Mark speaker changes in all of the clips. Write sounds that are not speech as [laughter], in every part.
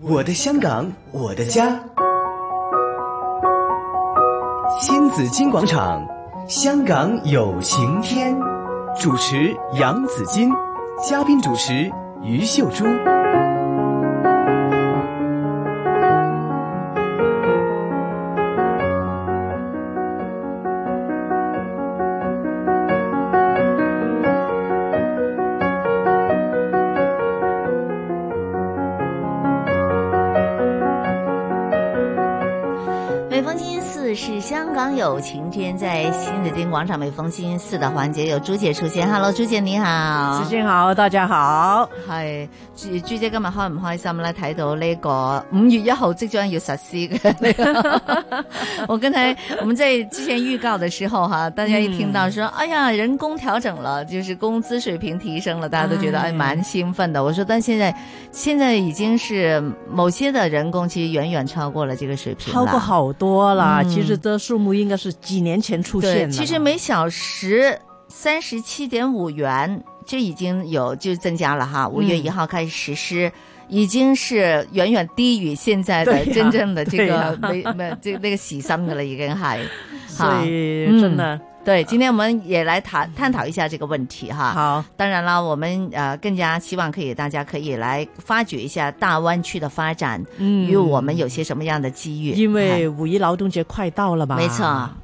Speaker 1: 我的香港，我的家。新紫金广场，香港有晴天。主持杨紫金，嘉宾主持于秀珠。
Speaker 2: 每逢星期四是香港有晴天，在新紫金广场每逢星期四的环节有朱姐出现。Hello，朱姐你好
Speaker 3: 子。君好，大家好。
Speaker 2: 系朱朱姐今日開唔開心咧？睇到呢個五月一號即將要實施嘅呢個，我剛才我們在之前預告的時候哈，大家一聽到說，哎呀，人工調整了，就是工資水平提升了，大家都覺得哎
Speaker 3: 哎
Speaker 2: 蠻興奮的。我說，但現在現在已經是某些的人工其實遠遠超過了這個水平
Speaker 3: 超过
Speaker 2: 了。
Speaker 3: 好多啦，
Speaker 2: 嗯
Speaker 3: 其实这数目应该是几年前出现
Speaker 2: 对，
Speaker 3: 的。
Speaker 2: 其实每小时三十七点五元，这已经有就增加了哈。五月
Speaker 3: 嗯
Speaker 2: 一号开始实施，已经是远远低于现在的
Speaker 3: 对呀
Speaker 2: 真正的这
Speaker 3: 对
Speaker 2: 个
Speaker 3: 呀
Speaker 2: 每每这那个喜心的了，已经系哈
Speaker 3: [laughs] 所。以
Speaker 2: 嗯
Speaker 3: 真的、
Speaker 2: 对，今天我们也来谈探讨一下这个问题哈。
Speaker 3: 好，
Speaker 2: 当然啦，我们呃更加希望可以大家可以来发掘一下大湾区的发展
Speaker 3: 嗯
Speaker 2: 与我们有些什么样的机遇。
Speaker 3: 因为五一劳动节快到了嘛，
Speaker 2: 没错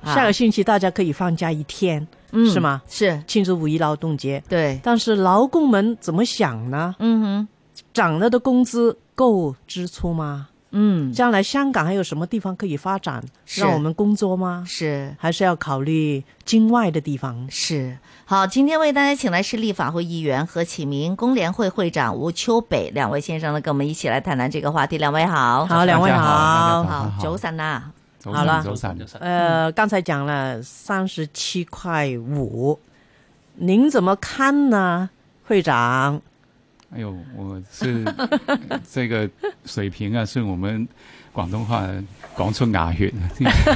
Speaker 3: 下个星期大家可以放假一天，
Speaker 2: 嗯
Speaker 3: 是吗？
Speaker 2: 是，
Speaker 3: 庆祝五一劳动节。
Speaker 2: 对，
Speaker 3: 但是劳工们怎么想呢？
Speaker 2: 嗯哼，
Speaker 3: 涨了的工资够支出吗？
Speaker 2: 嗯，
Speaker 3: 将来香港还有什么地方可以发展，
Speaker 2: 是
Speaker 3: 让我们工作吗？
Speaker 2: 是。
Speaker 3: 还是要考虑境外的地方？
Speaker 2: 是好，今天为大家请来是立法会议员何启明、工联会会长吴秋北两位先生呢，跟我们一起来谈谈这个话题。两位好，
Speaker 3: 好，两位
Speaker 4: 大家好大家
Speaker 2: 好，早晨啦，
Speaker 4: 早
Speaker 3: 好啦
Speaker 4: 晨，早晨，
Speaker 3: 呃，刚才讲了三十七块五，您怎么看呢，会长？
Speaker 4: 哎呦，我是这个水平啊，是我们广东话讲出牙血，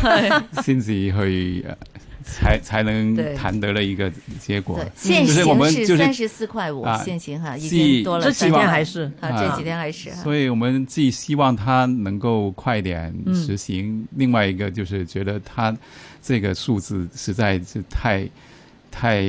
Speaker 4: 啊先至去呃才才能
Speaker 2: 对
Speaker 4: 谈得了一个结果
Speaker 2: 对，。现
Speaker 4: 就是我
Speaker 2: 行
Speaker 4: 们
Speaker 2: 是
Speaker 4: 就是
Speaker 2: 三十四块五
Speaker 4: 啊，
Speaker 2: 现行哈，已经
Speaker 4: 既
Speaker 2: 多了
Speaker 3: 这
Speaker 2: 三
Speaker 3: 几
Speaker 2: 块
Speaker 3: 天还是
Speaker 2: 啊，这几天还是哈
Speaker 4: 所以我们既希望它能够快点
Speaker 2: 嗯
Speaker 4: 实行，另外一个就是觉得它这个数字实在是太太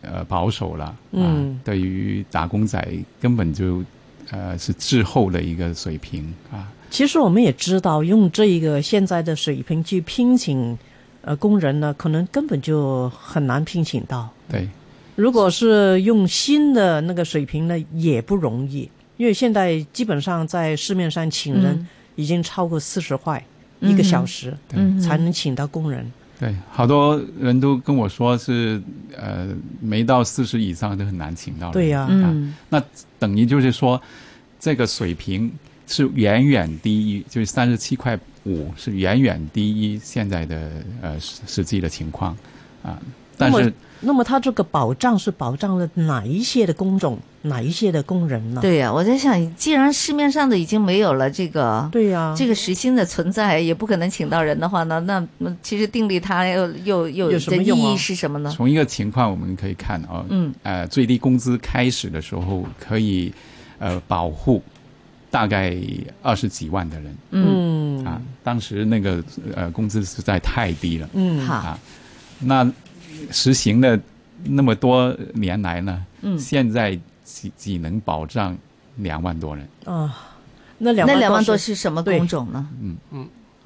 Speaker 4: 呃保守了，
Speaker 3: 嗯
Speaker 4: 啊，对于打工仔根本就呃是滞后的一个水平啊。
Speaker 3: 其实我们也知道，用这一个现在的水平去聘请呃工人呢，可能根本就很难聘请到。
Speaker 4: 对，
Speaker 3: 如果是用新的那个水平呢，也不容易，因为现在基本上在市面上请人
Speaker 2: 嗯
Speaker 3: 已经超过四十块、
Speaker 2: 嗯
Speaker 3: 一个小时
Speaker 4: 对
Speaker 2: 嗯哼
Speaker 3: 才能请到工人。
Speaker 4: 对，好多人都跟我说是，呃，没到四十以上都很难请到人。啊
Speaker 3: 对呀、
Speaker 2: 嗯
Speaker 4: 等于就是说，这个水平是远远低于，就是三十七块五是远远低于现在的呃实实际的情况啊。但
Speaker 3: 那
Speaker 4: 是
Speaker 3: 么，那么它这个保障是保障了哪一些的工种，哪一些的工人呢？
Speaker 2: 对呀、我在想，既然市面上的已经没有了这个。
Speaker 3: 对呀、
Speaker 2: 这个时薪的存在也不可能请到人的话呢，那那其实定立它又又又
Speaker 3: 有什么
Speaker 2: 的
Speaker 3: 用
Speaker 2: 意
Speaker 3: 啊
Speaker 2: 义是什么呢？
Speaker 4: 从一个情况我们可以看啊，
Speaker 2: 嗯，
Speaker 4: 呃，最低工资开始的时候可以呃保护大概二十几万的人
Speaker 2: 嗯，
Speaker 3: 嗯
Speaker 4: 啊，当时那个呃工资实在太低了。
Speaker 3: 嗯，
Speaker 2: 好，
Speaker 4: 啊，那实行了那么多年来呢，
Speaker 2: 嗯
Speaker 4: 现在只只能保障两万多人，
Speaker 3: 啊，那两
Speaker 2: 那两万多
Speaker 3: 是
Speaker 2: 是什么
Speaker 3: 对
Speaker 2: 工种呢？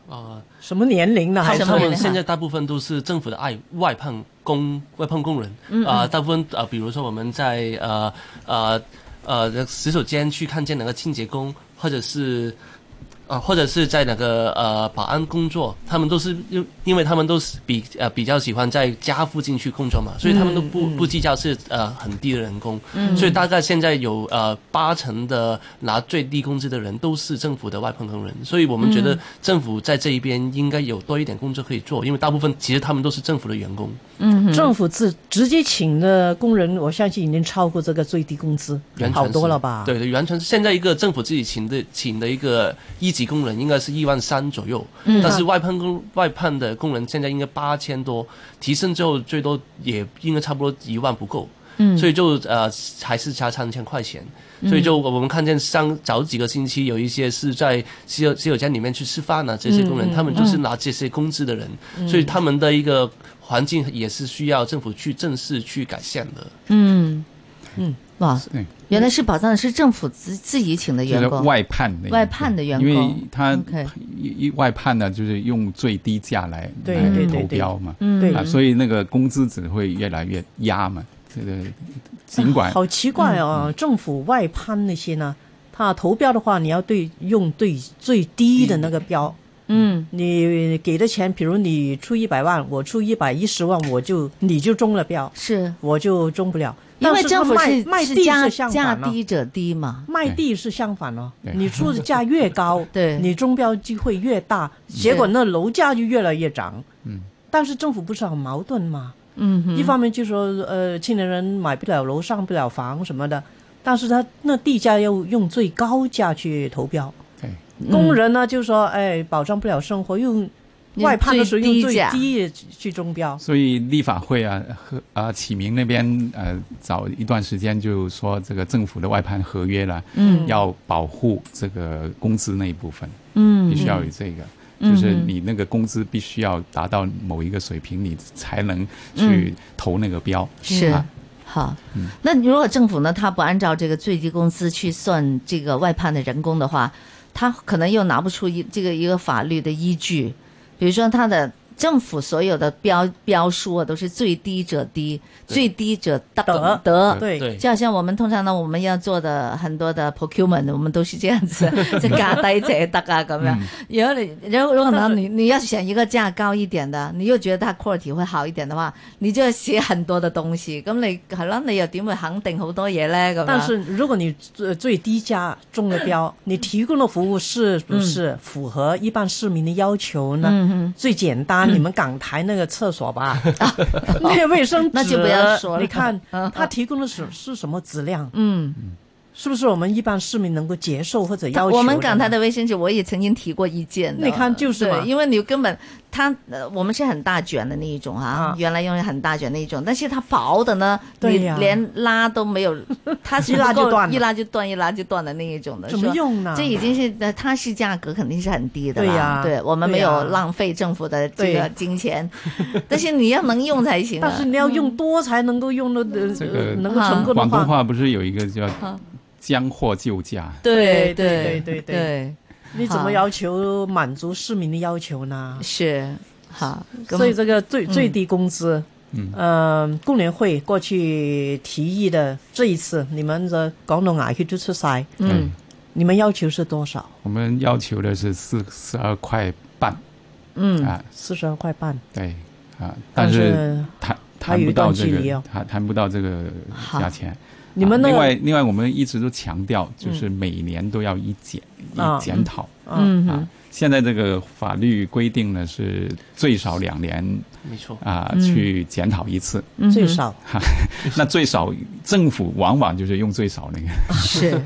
Speaker 5: 啊、
Speaker 3: 什么年龄呢？
Speaker 5: 他
Speaker 3: 还
Speaker 5: 们
Speaker 3: 是
Speaker 2: 什么
Speaker 5: 他
Speaker 2: 人
Speaker 5: 们
Speaker 2: 啊
Speaker 5: 现在大部分都是政府的爱外判工外判工人啊、
Speaker 2: 嗯嗯
Speaker 5: 大部分啊、呃比如说我们在呃呃呃洗手间去看见那个清洁工，或者是啊、呃或者是在那个呃保安工作，他们都是因因为他们都是比呃比较喜欢在家附近去工作嘛，所以他们都不、不计较是呃很低的人工，
Speaker 2: 嗯
Speaker 5: 所以大概现在有呃八成的拿最低工资的人都是政府的外判工人，所以我们觉得政府在这一边应该有多一点工作可以做，因为大部分其实他们都是政府的员工。
Speaker 2: 嗯哼，
Speaker 3: 政府自直接请的工人，我相信已经超过这个最低工资
Speaker 5: 原
Speaker 3: 好
Speaker 5: 船
Speaker 3: 多
Speaker 5: 是
Speaker 3: 了吧？，
Speaker 5: 对对，原船是现在一个政府自己请的请的一个一级工人应该是一万三左右，
Speaker 2: 嗯
Speaker 5: 但是外判工外判的工人现在应该八千多，提升之后最多也应该差不多一万不够。
Speaker 2: 嗯
Speaker 5: 所以就呃还是差三千块钱。
Speaker 3: 嗯
Speaker 5: 所以就我们看见上早几个星期有一些是在洗手洗手间里面去吃饭啊，这些
Speaker 3: 嗯
Speaker 5: 工人、他们就是拿这些工资的人，所以他们的一个环境也是需要政府去正式去改善的。
Speaker 2: 嗯
Speaker 3: 嗯，
Speaker 2: 哇，
Speaker 4: 对，
Speaker 2: 原来是宝藏是政府自自己请的
Speaker 4: 就
Speaker 2: 员
Speaker 4: 是
Speaker 2: 工，
Speaker 4: 外判的
Speaker 2: 外判的员
Speaker 4: 因为
Speaker 2: 工
Speaker 4: 他
Speaker 2: OK
Speaker 4: 一一外判呢，就是用最低价来
Speaker 3: 对
Speaker 4: 来
Speaker 3: 对对
Speaker 4: 投
Speaker 3: 对
Speaker 4: 标嘛，
Speaker 2: 嗯
Speaker 3: 对
Speaker 4: 啊，所以那个工资只会越来越压嘛。这个
Speaker 2: 啊
Speaker 4: 尽管
Speaker 3: 好奇怪
Speaker 2: 嗯
Speaker 3: 哦，政府外判那些呢，他投标的话，你要对用对最低的那个标，
Speaker 2: 嗯
Speaker 3: 你给的钱，比如你出一百万，我出一百一十万，我就你就中了标，
Speaker 2: 是
Speaker 3: 我就中不了。
Speaker 2: 因为
Speaker 3: 但他
Speaker 2: 政府
Speaker 3: 卖
Speaker 2: 是
Speaker 3: 卖
Speaker 2: 是
Speaker 3: 地
Speaker 2: 价
Speaker 3: 相
Speaker 2: 价
Speaker 3: 反哦
Speaker 2: 低者低嘛，
Speaker 3: 卖地是相反哦，
Speaker 4: 对
Speaker 3: 你出的价越高，
Speaker 2: [laughs] 对
Speaker 3: 你中标机会越大，结果那楼价就越来越涨。
Speaker 4: 嗯，
Speaker 3: 但是政府不是很矛盾嘛？
Speaker 2: 嗯哼
Speaker 3: 一方面就说呃，青年人买不了楼，上不了房什么的，但是他那地价又用最高价去投标，
Speaker 4: 对
Speaker 3: 工人呢就说哎，保障不了生活，用
Speaker 2: 嗯用
Speaker 3: 外判的时候用
Speaker 2: 最
Speaker 3: 最
Speaker 2: 低价
Speaker 3: 低去中标。
Speaker 4: 所以立法会啊和啊启明那边呃早一段时间就说这个政府的外判合约啦，
Speaker 2: 嗯
Speaker 4: 要保护这个工资那一部分，
Speaker 2: 嗯
Speaker 4: 必须要有这个。
Speaker 2: 嗯
Speaker 4: 就是你那个工资必须要达到某一个水平，你才能去投那个标。
Speaker 2: 嗯是
Speaker 4: 啊，
Speaker 2: 好，那如果政府呢，他不按照这个最低工资去算这个外判的人工的话，他可能又拿不出一这个一个法律的依据，比如说他的。政府所有的标标书啊，都是最低者低，
Speaker 5: 对
Speaker 2: 最低者得
Speaker 3: 得
Speaker 2: 得，
Speaker 3: 对
Speaker 5: 对
Speaker 2: 就好像我们通常呢，我们要做的很多的 procurement，我们都是这样
Speaker 3: [laughs]
Speaker 2: 子，这价低者得啊，咁
Speaker 3: 嗯
Speaker 2: 样。然后你，然后如果呢，你你要选一个价高一点的，你又觉得它 quality 会好一点的话，你就要写很多的東西。咁你係咯，你又點會肯定好多嘢咧？咁樣
Speaker 3: 但是如果你最最低价中了
Speaker 2: [coughs]
Speaker 3: 标，你提供的服务是不
Speaker 2: 嗯
Speaker 3: 是符合一般市民的要求呢？最简
Speaker 2: 嗯
Speaker 3: 单，你们港台那个厕
Speaker 2: [laughs]
Speaker 3: 所吧， [laughs] 那个卫生纸，
Speaker 2: 那就不要说了
Speaker 3: 你看
Speaker 2: 嗯
Speaker 3: 它提供的是是什么质量？
Speaker 2: 嗯，
Speaker 3: 是不是我们一般市民能够接受或者要求？
Speaker 2: 我们港台。的卫生纸，我也曾经提过意见的。
Speaker 3: 你看就是嘛
Speaker 2: 对因为你根本它呃，我们是很大卷的那一种啊
Speaker 3: 啊，
Speaker 2: 原来用很大卷那一种，但是它薄的呢，
Speaker 3: 对
Speaker 2: 你
Speaker 3: 呀
Speaker 2: 连拉都没
Speaker 3: [laughs]
Speaker 2: 有，它是
Speaker 3: 一拉就
Speaker 2: 能够
Speaker 3: 断了
Speaker 2: 一拉就断，一拉就断的那一种的。
Speaker 3: 怎么
Speaker 2: 说
Speaker 3: 用呢
Speaker 2: 这已经是呃，它是价格肯定是很低的啦。
Speaker 3: 对呀
Speaker 2: 对我们没
Speaker 3: 对呀
Speaker 2: 有浪费政府的这个
Speaker 3: 对
Speaker 2: 金
Speaker 3: [laughs]
Speaker 2: 钱，但是你要能用才行啊。
Speaker 3: 但是你要用多才能够用的，
Speaker 4: 这
Speaker 3: 呃
Speaker 4: 个
Speaker 3: 能够成功的
Speaker 4: 广东
Speaker 3: 话，
Speaker 4: 话不是有一个叫
Speaker 2: 嗯
Speaker 4: “将货就价
Speaker 2: 对对
Speaker 3: 对对对对
Speaker 2: 对，
Speaker 3: 你怎么要求满足市民的要求呢？
Speaker 2: 是好，咁
Speaker 3: 所以这个最最低工资，
Speaker 4: 嗯
Speaker 3: 呃，工联会过去提议的，这一次你们的广东啊牙去就出晒，
Speaker 2: 嗯”。
Speaker 3: 你们要求是多少？
Speaker 4: 我们要求的是四十二块半
Speaker 2: 嗯
Speaker 4: 啊，
Speaker 3: 四十二块半，
Speaker 4: 对啊，
Speaker 3: 但
Speaker 4: 但是
Speaker 3: 是
Speaker 4: 谈
Speaker 3: 还
Speaker 4: 谈
Speaker 3: 有
Speaker 4: 不
Speaker 3: 一段
Speaker 4: 到这
Speaker 3: 距离
Speaker 4: 个
Speaker 3: 哦，
Speaker 4: 谈谈不到这个
Speaker 2: 好
Speaker 4: 价钱。
Speaker 3: 你们那
Speaker 4: 啊另外
Speaker 3: 个嗯
Speaker 4: 另外，我们一直都强调，就是每年都要一检
Speaker 3: 啊
Speaker 4: 一检讨
Speaker 2: 嗯
Speaker 4: 啊
Speaker 2: 哼。
Speaker 4: 现在这个法律规定呢，是最少两年
Speaker 5: 没错，
Speaker 4: 啊
Speaker 2: 嗯
Speaker 4: 去检讨一次。
Speaker 2: 嗯哼，
Speaker 3: 最少嗯
Speaker 4: 那最少政府往往就是用最少那个。
Speaker 2: [laughs] 是，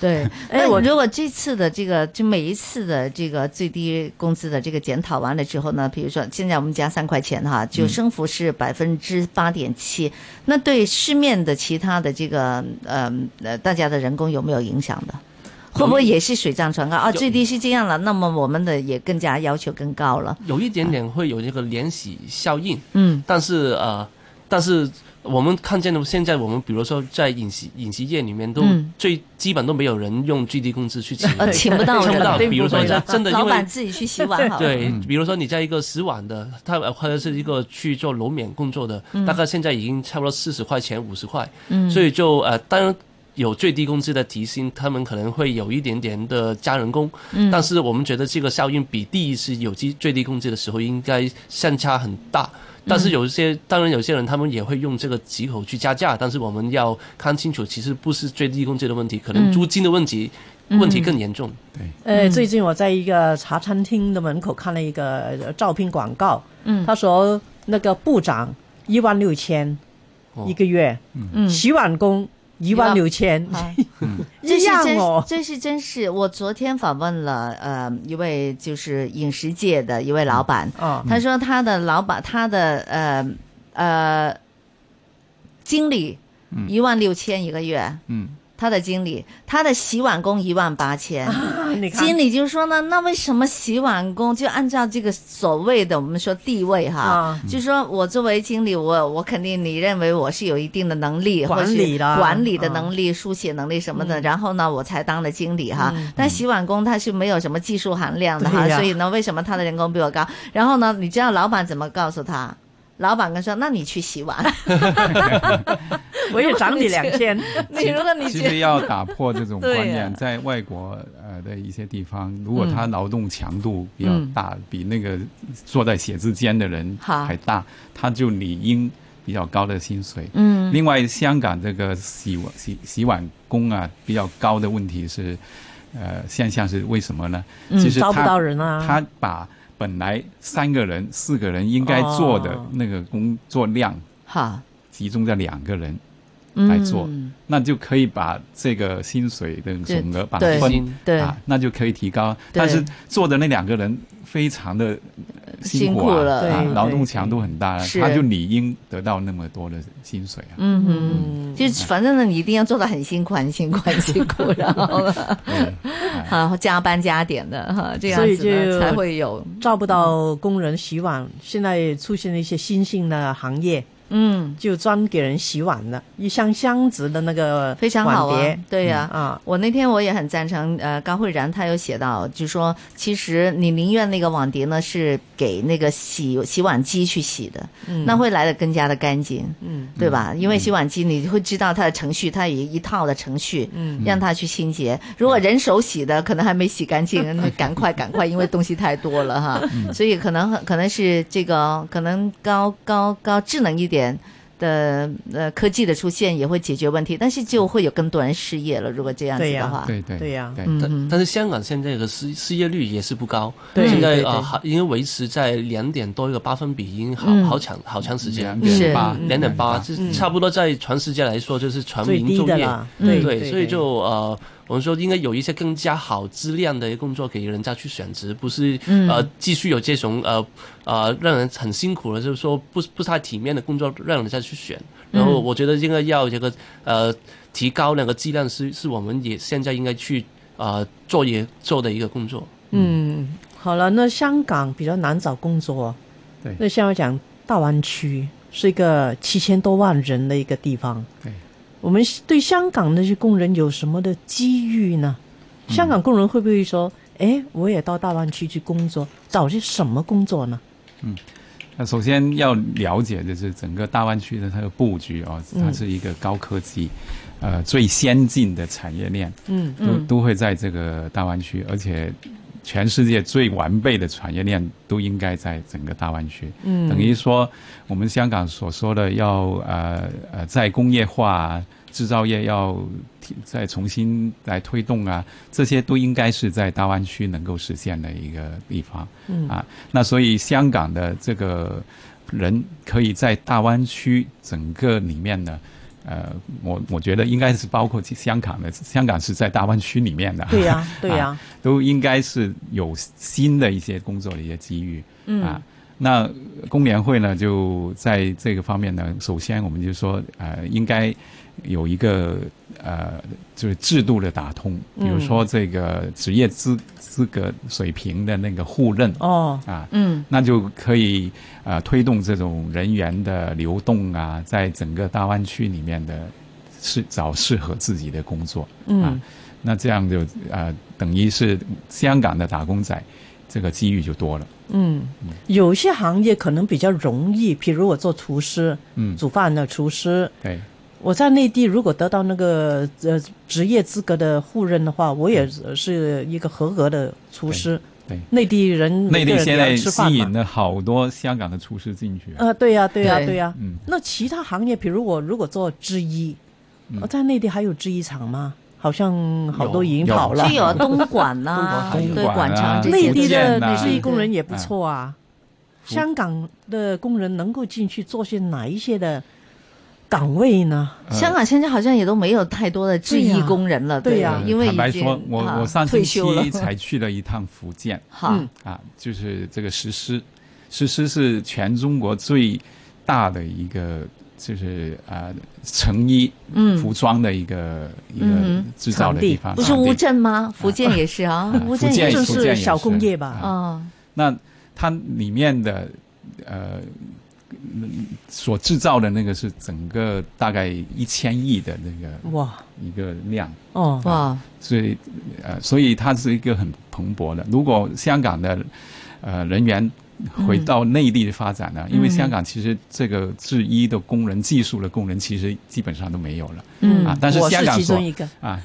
Speaker 2: 对。
Speaker 3: 哎
Speaker 2: 那
Speaker 3: 我
Speaker 2: 如果这次的这个，就每一次的这个最低工资的这个检讨完了之后呢，比如说现在我们加三块钱
Speaker 5: 嗯
Speaker 2: 哈，就升幅是百分之八点七，那对市面的其他的这个呃呃大家的人工有没有影响的？会不会也是水涨船
Speaker 5: 嗯
Speaker 2: 高啊？最低是这样了，那么我们的也更加要求更高了。
Speaker 5: 有一点点会有这个连洗效应，
Speaker 2: 嗯
Speaker 5: 但是呃，但是我们看见的现在，我们比如说在饮食饮食业里面都
Speaker 2: 嗯
Speaker 5: 最基本都没有人用最低工资去请人，
Speaker 2: 呃，请不到
Speaker 5: [laughs] 请
Speaker 2: 人
Speaker 5: 不到。
Speaker 2: 了，
Speaker 5: 比如说
Speaker 3: 对
Speaker 5: 在真的因
Speaker 2: 老
Speaker 5: 为
Speaker 2: 板自己去洗碗好了。
Speaker 5: 对，比如说你在一个洗碗的，他呃或者是一个去做楼免工作的，大概现在已经差不多四十块钱、五十块，
Speaker 2: 嗯
Speaker 5: 所以就呃，当然有最低工资的提薪，他们可能会有一点点的加人工，
Speaker 2: 嗯
Speaker 5: 但是我们觉得这个效应比第一次有低最低工资的时候应该相差很大。
Speaker 2: 嗯
Speaker 5: 但是有一些，当然有些人他们也会用这个借口去加价，但是我们要看清楚，其实不是最低工资的问题，可
Speaker 2: 嗯
Speaker 5: 能租金的问题、问题更严重。
Speaker 3: 呃，最近我在一个茶餐厅的门口看了一个呃招聘广告，
Speaker 2: 嗯
Speaker 3: 他说那个部长一万六千
Speaker 5: 哦
Speaker 3: 一个月，
Speaker 2: 嗯
Speaker 3: 洗碗工一万六千，
Speaker 2: 啊这
Speaker 3: 一
Speaker 2: 是
Speaker 3: 样
Speaker 2: 真，
Speaker 3: 哦。
Speaker 2: 这是真是。我昨天访问了呃一位就是饮食界的一位老板，
Speaker 3: 啊，
Speaker 2: 他说他的老板他的呃呃经理
Speaker 3: 嗯
Speaker 2: 一万六千一个月，
Speaker 4: 嗯，
Speaker 2: 他的经理，他的洗碗工一万八千。
Speaker 3: 啊 [laughs] 你看
Speaker 2: 经理就说呢，那为什么洗碗工就按照这个所谓的我们说地位哈，
Speaker 3: 啊
Speaker 2: 就说我作为经理，我我肯定你认为我是有一定的能力，
Speaker 3: 管理嗯的
Speaker 2: 或是管理的能力、书写能力什么的，然后呢我才当了经理哈。但洗碗工他是没有什么技术含量的哈，
Speaker 3: 嗯对呀
Speaker 2: 所以呢，为什么他的人工比我高？然后呢，你知道老板怎么告诉他？老板跟说，那你去洗
Speaker 3: [laughs]
Speaker 2: 碗。
Speaker 3: 我也涨你两千，
Speaker 2: 你如
Speaker 3: [laughs]
Speaker 2: 果你
Speaker 4: 其
Speaker 2: 觉得
Speaker 4: 实要打破这种
Speaker 2: 对
Speaker 4: 观念
Speaker 2: 呀，
Speaker 4: 在外国呃的一些地方，如果
Speaker 3: 嗯
Speaker 4: 他劳动强度比较大，比那个坐在写字间的人
Speaker 2: 好
Speaker 4: 还大，他就理应比较高的薪水。
Speaker 2: 嗯
Speaker 4: 另外，香港这个洗碗洗洗碗工啊比较高的问题是，呃，现象是为什么呢？其实
Speaker 3: 嗯
Speaker 4: 他、
Speaker 3: 招不到人啊。
Speaker 4: 他把本来三个人、四个人应该做的
Speaker 3: 哦
Speaker 4: 那个工作量
Speaker 2: 好
Speaker 4: 集中在两个人，
Speaker 2: 嗯
Speaker 4: 来做那就可以把这个薪水的总额把它
Speaker 2: 对
Speaker 4: 分
Speaker 2: 对。
Speaker 4: 啊，那就可以提高。
Speaker 2: 对
Speaker 4: 但是做的那两个人非常的辛
Speaker 2: 辛
Speaker 4: 苦
Speaker 2: 苦
Speaker 4: 啊，
Speaker 2: 了
Speaker 4: 啊
Speaker 3: 对
Speaker 4: 劳
Speaker 3: 对
Speaker 4: 动强度很大，啊
Speaker 2: 是
Speaker 4: 他就理应得到那么多的薪水啊。
Speaker 2: 嗯哼，
Speaker 3: 嗯，
Speaker 2: 就反正呢，你一定要做的很辛苦，很辛苦，很辛苦，然后
Speaker 3: [laughs]
Speaker 2: 呢，
Speaker 4: 对，哎
Speaker 2: 啊，加班加点的哈，这样
Speaker 3: 所以
Speaker 2: 子呢
Speaker 3: 就
Speaker 2: 才会有，
Speaker 3: 招不到工人洗碗，现在出现了一些新兴的行业，
Speaker 2: 嗯，
Speaker 3: 就专给人洗碗的，一箱箱子的那个
Speaker 2: 非常好
Speaker 3: 碗
Speaker 2: 啊
Speaker 3: 碟，
Speaker 2: 对呀、
Speaker 3: 啊，
Speaker 2: 我那天我也很赞成，呃，高慧然她有写到，就说其实你宁愿那个网碟呢是给那个洗洗碗机去洗的，
Speaker 3: 嗯
Speaker 2: 那会来的更加的干净，
Speaker 3: 嗯
Speaker 2: 对吧？因为洗碗机你会知道它的程序，它有一套的程序，
Speaker 3: 嗯
Speaker 2: 让它去清洁。如果人手洗的，可能还没洗干净，那赶快赶快，因为东西太多了哈。所以可能可能是这个，可能高高高智能一点。的呃，科技的出现也会解决问题，但是就会有更多人失业了。如果这样子
Speaker 3: 对呀
Speaker 2: 的话，
Speaker 4: 对
Speaker 3: [laughs]
Speaker 4: 对
Speaker 3: 对呀
Speaker 2: 嗯
Speaker 4: 对
Speaker 5: 但但是香港现在的失失业率也是不高，
Speaker 3: 嗯对
Speaker 5: 现在
Speaker 3: 对对
Speaker 5: 呃还因为维持在两点多一个八分比，已经好
Speaker 2: 嗯
Speaker 5: 好长好长时
Speaker 4: 嗯
Speaker 5: 间
Speaker 4: 两
Speaker 5: 了，
Speaker 2: 是
Speaker 4: 点八，
Speaker 5: 两点
Speaker 3: 嗯
Speaker 5: 八，
Speaker 4: 2.8
Speaker 5: 这差不多在全世界来说就是全
Speaker 3: 最
Speaker 5: 民
Speaker 3: 低
Speaker 5: 就
Speaker 3: 的
Speaker 5: 业，
Speaker 3: 了，
Speaker 2: 嗯
Speaker 3: 对
Speaker 5: 对，
Speaker 3: 对，
Speaker 5: 所以就呃，我们说应该有一些更加好质量的工作给人家去选择，不是
Speaker 2: 嗯
Speaker 5: 呃继续有这种呃呃让人很辛苦的，就是说不不太体面的工作让人家去选。然
Speaker 3: 嗯
Speaker 5: 后我觉得应该要一个呃提高那个质量是是我们也现在应该去呃做也做的一个工作。
Speaker 3: 嗯，好了，那香港比较难找工作，
Speaker 4: 对
Speaker 3: 那像我讲大湾区是一个七千多万人的一个地方，
Speaker 4: 对，
Speaker 3: 我们对香港那些工人有什么的机遇呢？香港工人会不会说，哎、我也到大湾区去工作，找些什么工作呢？
Speaker 4: 那首先要了解的是整个大湾区的它的布局哦，
Speaker 3: 嗯
Speaker 4: 它是一个高科技，呃，最先进的产业链，
Speaker 3: 嗯
Speaker 4: 都都会在这个大湾区，而且全世界最完备的产业链都应该在整个大湾区。
Speaker 3: 嗯，
Speaker 4: 等于说，我们香港所说的要呃呃在工业化、制造业要提再重新来推动啊，这些都应该是在大湾区能够实现的一个地方。
Speaker 3: 嗯
Speaker 4: 啊，那所以香港的这个人可以在大湾区整个里面呢。呃，我我觉得应该是包括香港的，香港是在大湾区里 [laughs] 面的，
Speaker 3: 对呀、对呀、
Speaker 4: 都应该是有新的一些工作的一些机遇。
Speaker 2: 嗯
Speaker 4: 啊，那工联会呢，就在这个方面呢，首先我们就说，呃，应该有一个呃，就是制度的打通，比
Speaker 3: 嗯
Speaker 4: 如说这个职业资资格水平的那个互认
Speaker 3: 哦，
Speaker 4: 啊。
Speaker 2: 嗯
Speaker 4: 那就可以呃推动这种人员的流动啊，在整个大湾区里面的是找适合自己的工作。
Speaker 3: 嗯、
Speaker 4: 啊那这样就呃，等于是香港的打工仔，这个机遇就多了。
Speaker 3: 嗯，有些行业可能比较容易，比如我做厨师，
Speaker 4: 嗯，
Speaker 3: 煮饭的厨师，
Speaker 4: 对，
Speaker 3: 我在内地如果得到那个呃职业资格的互认的话，我也是一个合格的厨师。
Speaker 4: 嗯对对
Speaker 3: 内地人
Speaker 4: 内地现
Speaker 3: 每个人
Speaker 4: 在
Speaker 3: 都要吃饭
Speaker 4: 吸
Speaker 3: 嘛
Speaker 4: 引了好多香港的厨师进去。啊
Speaker 3: 呃，对呀、对呀、
Speaker 2: 对
Speaker 3: 对呀、
Speaker 4: 嗯
Speaker 3: 那其他行业，比如我如果做制衣，
Speaker 4: 嗯
Speaker 3: 我在内地还有制衣厂吗？好像好多已经
Speaker 4: 有
Speaker 3: 跑了
Speaker 2: 所。以有东莞呐、
Speaker 4: 东莞
Speaker 2: 对
Speaker 4: 东莞
Speaker 2: 莞
Speaker 4: 啊
Speaker 2: 城这些
Speaker 3: 内
Speaker 4: 福
Speaker 3: 地的
Speaker 4: 建呐
Speaker 3: 那
Speaker 4: 对哎
Speaker 3: 些工人也不错啊。
Speaker 4: 福
Speaker 3: 香港的工人能够进去做些哪一些的岗位呢？
Speaker 4: 呃
Speaker 2: 香港现在好像也都没有太多的制
Speaker 3: 对
Speaker 2: 衣
Speaker 3: 呀
Speaker 2: 工人了，
Speaker 3: 对呀
Speaker 2: 啊因为
Speaker 4: 呃坦白
Speaker 2: 已经
Speaker 4: 说，我
Speaker 2: 啊
Speaker 4: 我上星
Speaker 2: 退休了
Speaker 4: 期，才去了一趟福建
Speaker 2: 好，
Speaker 3: 嗯
Speaker 4: 啊，就是这个石狮，石狮是全中国最大的一个就是呃成衣
Speaker 2: 嗯
Speaker 4: 服装的一个、一
Speaker 2: 嗯
Speaker 4: 个制造的地方，
Speaker 2: 不是
Speaker 4: 场啊地
Speaker 2: 乌镇吗？福建也是啊，
Speaker 4: 啊
Speaker 2: 乌
Speaker 4: 福
Speaker 2: 镇
Speaker 4: 建
Speaker 2: 也。
Speaker 3: 就是
Speaker 4: 福建也
Speaker 3: 是
Speaker 4: 是啊
Speaker 3: 小工业吧，
Speaker 2: 嗯
Speaker 4: 那它里面的呃嗯所制造的那个是整个大概一千亿的那个
Speaker 3: 哇
Speaker 4: 一个量，
Speaker 3: 哦，
Speaker 2: 啊哇，
Speaker 4: 所以呃，所以它是一个很蓬勃的。如果香港的呃人员回到内地的发展呢，
Speaker 2: 嗯
Speaker 4: 因为香港其实这个制衣的工人、技术的工人，其实基本上都没有了
Speaker 2: 嗯
Speaker 4: 啊。但是
Speaker 3: 我
Speaker 4: 香
Speaker 3: 是
Speaker 4: 港
Speaker 3: 其
Speaker 4: 所
Speaker 3: 中一个，
Speaker 4: 啊，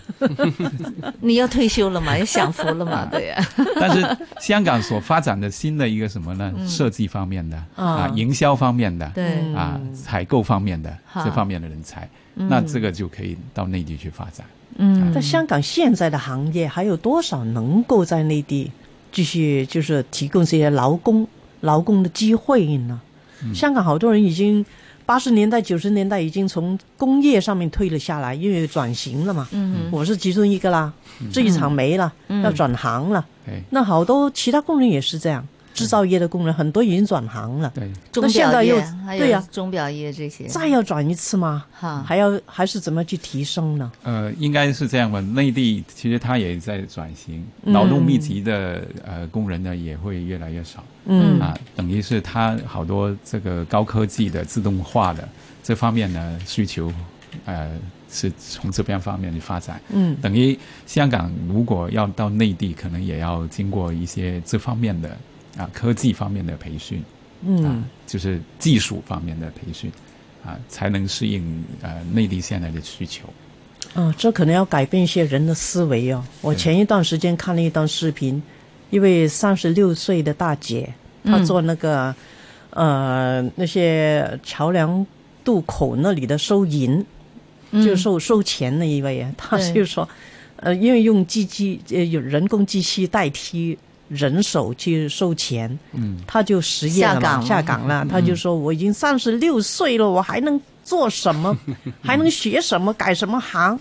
Speaker 2: 你要退休了嘛，要享福了嘛，对呀，
Speaker 4: 但是香港所发展的新的一个什么呢？设计方面的啊
Speaker 3: 啊，
Speaker 4: 营销方面的
Speaker 2: 嗯
Speaker 3: 嗯
Speaker 2: 对，嗯
Speaker 4: 啊，采购方面的
Speaker 2: 好
Speaker 4: 这方面的人才，那这个就可以到内地去发展。
Speaker 2: 嗯
Speaker 3: 在香港现在的行业还有多少能够在内地继续就是提供这些劳工劳工的机会呢？
Speaker 4: 嗯
Speaker 3: 香港好多人已经八十年代九十年代已经从工业上面退了下来，因为转型了嘛。
Speaker 2: 嗯
Speaker 3: 我是其中一个啦，这一场没了，
Speaker 2: 嗯
Speaker 3: 要转行了。
Speaker 4: 对
Speaker 3: 那好多其他工人也是这样，制造业的工人很多已经转行了，
Speaker 4: 对，
Speaker 2: 钟
Speaker 3: 现
Speaker 2: 表
Speaker 3: 在
Speaker 2: 业
Speaker 3: 又
Speaker 2: 还
Speaker 3: 对
Speaker 2: 有
Speaker 3: 呀
Speaker 2: 钟表业这些，
Speaker 3: 再要转一次吗？
Speaker 2: 哈
Speaker 3: 还要还是怎么去提升呢？
Speaker 4: 呃，应该是这样吧。内地其实它也在转型，
Speaker 3: 嗯
Speaker 4: 劳动密集的呃工人呢也会越来越少
Speaker 2: 嗯
Speaker 4: 啊，等于是它好多这个高科技的自动化的这方面呢需求，呃，是从这边方面去发展。
Speaker 3: 嗯
Speaker 4: 等于香港如果要到内地，可能也要经过一些这方面的啊科技方面的培训。啊
Speaker 3: 嗯，
Speaker 4: 就是技术方面的培训啊，才能适应呃内地现在的需求。
Speaker 3: 啊，这可能要改变一些人的思维哦。我前一段时间看了一段视频，一位三十六岁的大姐，
Speaker 2: 嗯
Speaker 3: 她做那个、呃那些桥梁渡口那里的收银，就收收钱那一位，她
Speaker 2: 嗯对
Speaker 3: 就说，呃，因为用机器呃有人工机器代替人手去收钱，
Speaker 4: 嗯，
Speaker 3: 她就失业了
Speaker 2: 下
Speaker 3: 嘛
Speaker 2: 岗了嗯
Speaker 3: 下岗了，她就说我已经三十六岁了，我还能做
Speaker 2: [laughs]
Speaker 3: 什么？还能学什么？改什么行？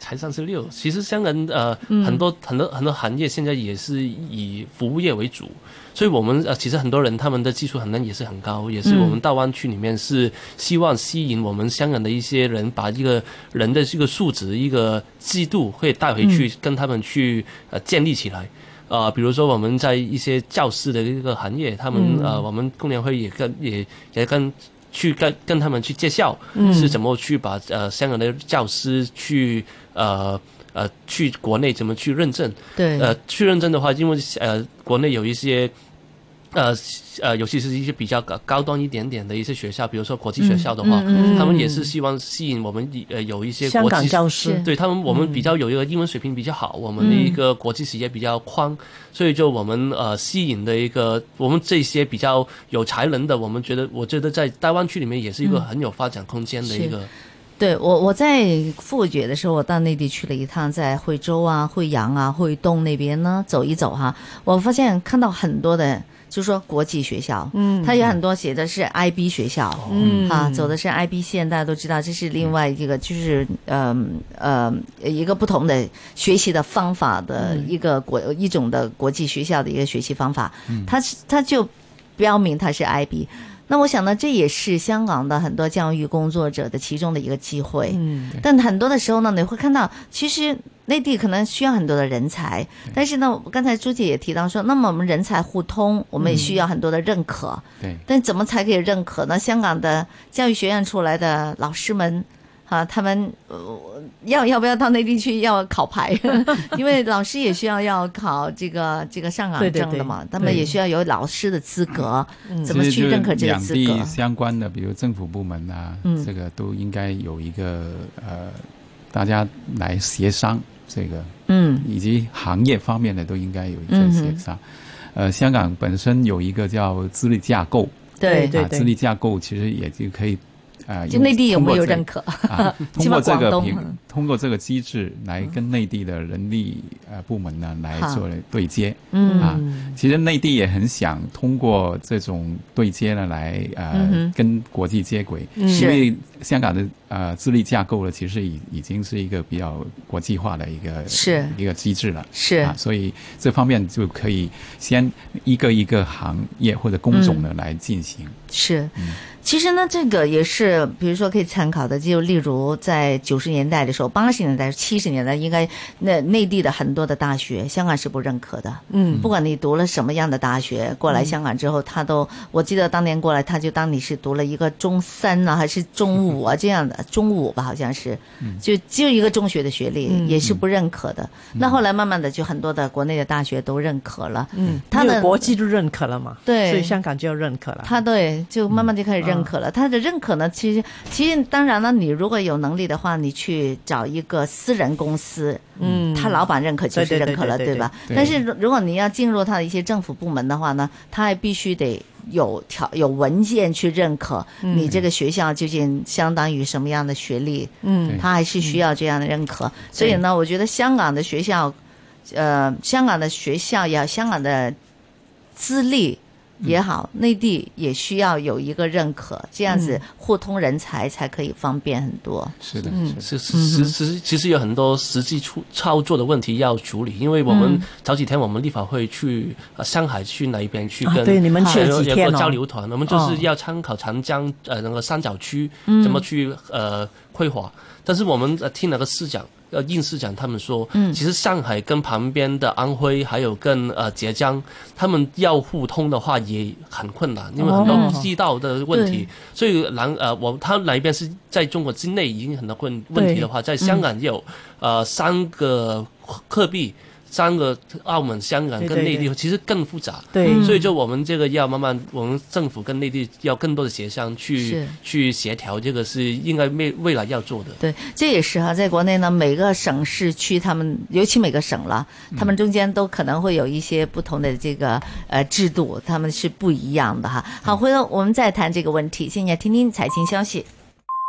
Speaker 5: 才三十六。其实香港呃、
Speaker 3: 嗯
Speaker 5: 很多很多很多行业现在也是以服务业为主，所以我们呃其实很多人他们的技术含量也是很高，也是我们大湾区里面是希望吸引我们香港的一些人，把一个人的这个素质、一个制度会带回去，跟他们去呃建立起来。啊、比如说我们在一些教师的一个行业，他们、呃，我们工联会也跟也也跟去跟跟他们去介绍，是怎么去把呃香港的教师去呃呃去国内怎么去认证，
Speaker 2: 对，
Speaker 5: 呃，去认证的话，因为呃，国内有一些。呃呃，尤其是一些比较高高端一点点的一些学校，比如说国际学校的话，
Speaker 2: 嗯
Speaker 5: 他们也是希望吸引我们呃有一些
Speaker 3: 香
Speaker 5: 国
Speaker 3: 港
Speaker 5: 际
Speaker 3: 教师
Speaker 2: 是
Speaker 5: 对他们，我们比较有一个英文水平比较
Speaker 2: 嗯
Speaker 5: 好，我们的一个国际视野比较宽，所以就我们呃吸引的一个我们这些比较有才能的，我们觉得我觉得在大湾区里面也是一
Speaker 2: 嗯
Speaker 5: 个很有发展空间的一个，
Speaker 2: 对我，我在复活节的时候，我到内地去了一趟，在惠州啊、惠阳啊、惠东那边呢走一走哈，我发现看到很多的，就说国际学校，嗯，它有很多写的是 IB 学校，嗯，啊，走的是 IB 线，大家都知道这是另外一个，就是嗯呃一个不同的学习的方法的一个国、一种的国际学校的一个学习方法，它是它就标明它是 IB。那我想呢，这也是香港的很多教育工作者的其中的一个机会。
Speaker 3: 嗯，
Speaker 2: 但很多的时候呢，你会看到，其实内地可能需要很多的人才，但是呢，刚才朱姐也提到说，那么我们人才互通，我们也需要很多的认可。
Speaker 4: 对，
Speaker 2: 但怎么才可以认可呢？香港的教育学院出来的老师们。啊，他们、呃、要要不要到内地去要考牌？ [laughs] 因为老师也需要要考这个这个上岗
Speaker 3: 对对
Speaker 2: 证的
Speaker 3: 对嗯
Speaker 2: 嘛，他们也需要有老师的资格，怎么
Speaker 4: 其实
Speaker 2: 去
Speaker 4: 就是
Speaker 2: 认可这个
Speaker 4: 两
Speaker 2: 资
Speaker 4: 地
Speaker 2: 格？
Speaker 4: 相关的，比如政府部门啊，
Speaker 2: 嗯
Speaker 4: 这个都应该有一个呃，大家来协商这个，
Speaker 2: 嗯
Speaker 4: 以及行业方面的都应该有一个协商。呃，香港本身有一个叫资历架构，
Speaker 2: 对
Speaker 3: 对
Speaker 4: 啊，资历架构其实也就可以。啊、
Speaker 2: 就内地有没有认
Speaker 4: 认可？
Speaker 2: 可？ [laughs]
Speaker 4: 啊，通
Speaker 2: 起码
Speaker 4: 过这
Speaker 2: 广
Speaker 4: 个
Speaker 2: 东
Speaker 4: 平
Speaker 2: 嗯，
Speaker 4: 通过这个机制来跟内地的人力呃部门呢来
Speaker 2: 好
Speaker 4: 做对接
Speaker 2: 嗯
Speaker 4: 啊。其实内地也很想通过这种对接呢来
Speaker 2: 嗯
Speaker 4: 呃
Speaker 2: 哼嗯
Speaker 4: 跟国际接轨，
Speaker 2: 是
Speaker 4: 因为香港的呃智力架构呢，其实已已经是一个比较国际化的一个
Speaker 2: 是
Speaker 4: 一个机制了。
Speaker 2: 是
Speaker 4: 啊，所以这方面就可以先一
Speaker 2: 嗯
Speaker 4: 个一个行业或者工种呢来进行。
Speaker 3: 嗯
Speaker 2: 是，其实呢，这个也是是比如说可以参考的，就例如在九十年代的时候、八十年代、七十年代，应该那内地的很多的大学，香港是不认可的。
Speaker 3: 嗯，
Speaker 2: 不管你读了什么样的大学，过来香港之后，他都我记得当年过来，他就当你是读了一个中三啊，还是中五啊这样的，中五吧好像是，
Speaker 3: 嗯
Speaker 2: 就只有一个中学的学历，也是不认可的。那后来慢慢的，就很多的国内的大学都认可了。
Speaker 3: 嗯，
Speaker 2: 他
Speaker 3: 因为
Speaker 2: 的
Speaker 3: 国际都认可了嘛，
Speaker 2: 对
Speaker 3: 所以香港就要认可了。
Speaker 2: 他对，就慢慢就开始认
Speaker 3: 嗯
Speaker 2: 可了。他的认可呢，其实其实当然了，你如果有能力的话，你去找一个私人公司，
Speaker 3: 嗯，
Speaker 2: 他老板认可就是
Speaker 3: 对对对
Speaker 2: 认可了，
Speaker 3: 对对
Speaker 2: 吧？
Speaker 4: 对
Speaker 2: 但是如如果你要进入他的一些政府部门的话呢，他还必须得有条有文件去认可你这个学校究竟相当于什么样的学历，
Speaker 3: 嗯
Speaker 4: 对
Speaker 2: 他还是需要这样的认可。所以呢，我觉得香港的学校，呃，香港的学校也好，香港的资历也好，内地也需要有一个认可，这样子互通人才才可以方便很多。
Speaker 4: 是的，
Speaker 2: 嗯
Speaker 3: 嗯
Speaker 4: 是的
Speaker 5: 是实实其实有很多实际出操作的问题要处理，因为我
Speaker 3: 嗯
Speaker 5: 们早几天我们立法会去呃上海去那边去
Speaker 3: 啊
Speaker 5: 跟
Speaker 3: 对你们去了
Speaker 5: 有
Speaker 3: 几
Speaker 5: 有
Speaker 3: 天
Speaker 5: 个
Speaker 3: 哦嗯
Speaker 5: 交流团，我们就是要参考长江呃那个三角区怎么去呃规划，但是我们呃听那个市长。呃，应市长他们说，
Speaker 3: 嗯
Speaker 5: 其实上海跟旁边的安徽，还有跟呃浙江，他们要互通的话也很困难，因为很
Speaker 3: 哦
Speaker 5: 多地道的问题
Speaker 2: 对，
Speaker 5: 所以南呃，我他那一边是在中国境内已经很多问问题的话，在
Speaker 3: 嗯
Speaker 5: 香港也有、呃三个货币，三个澳门、香港
Speaker 3: 对
Speaker 5: 跟
Speaker 3: 对
Speaker 5: 内地，
Speaker 3: 对
Speaker 5: 其实更复杂。
Speaker 3: 对，嗯
Speaker 5: 所以就我们这个要慢慢，我们政府跟内地要更多的协商去
Speaker 2: 是
Speaker 5: 去协调，这个是应该未未来要做的。
Speaker 2: 对，这也是哈、在国内呢，每个省市区他们，尤其每个省了，他们中间都可能会有一些不同的这个呃制度，他们是不一样的哈。好，回头我们再谈这个问题，现在听听财经消息。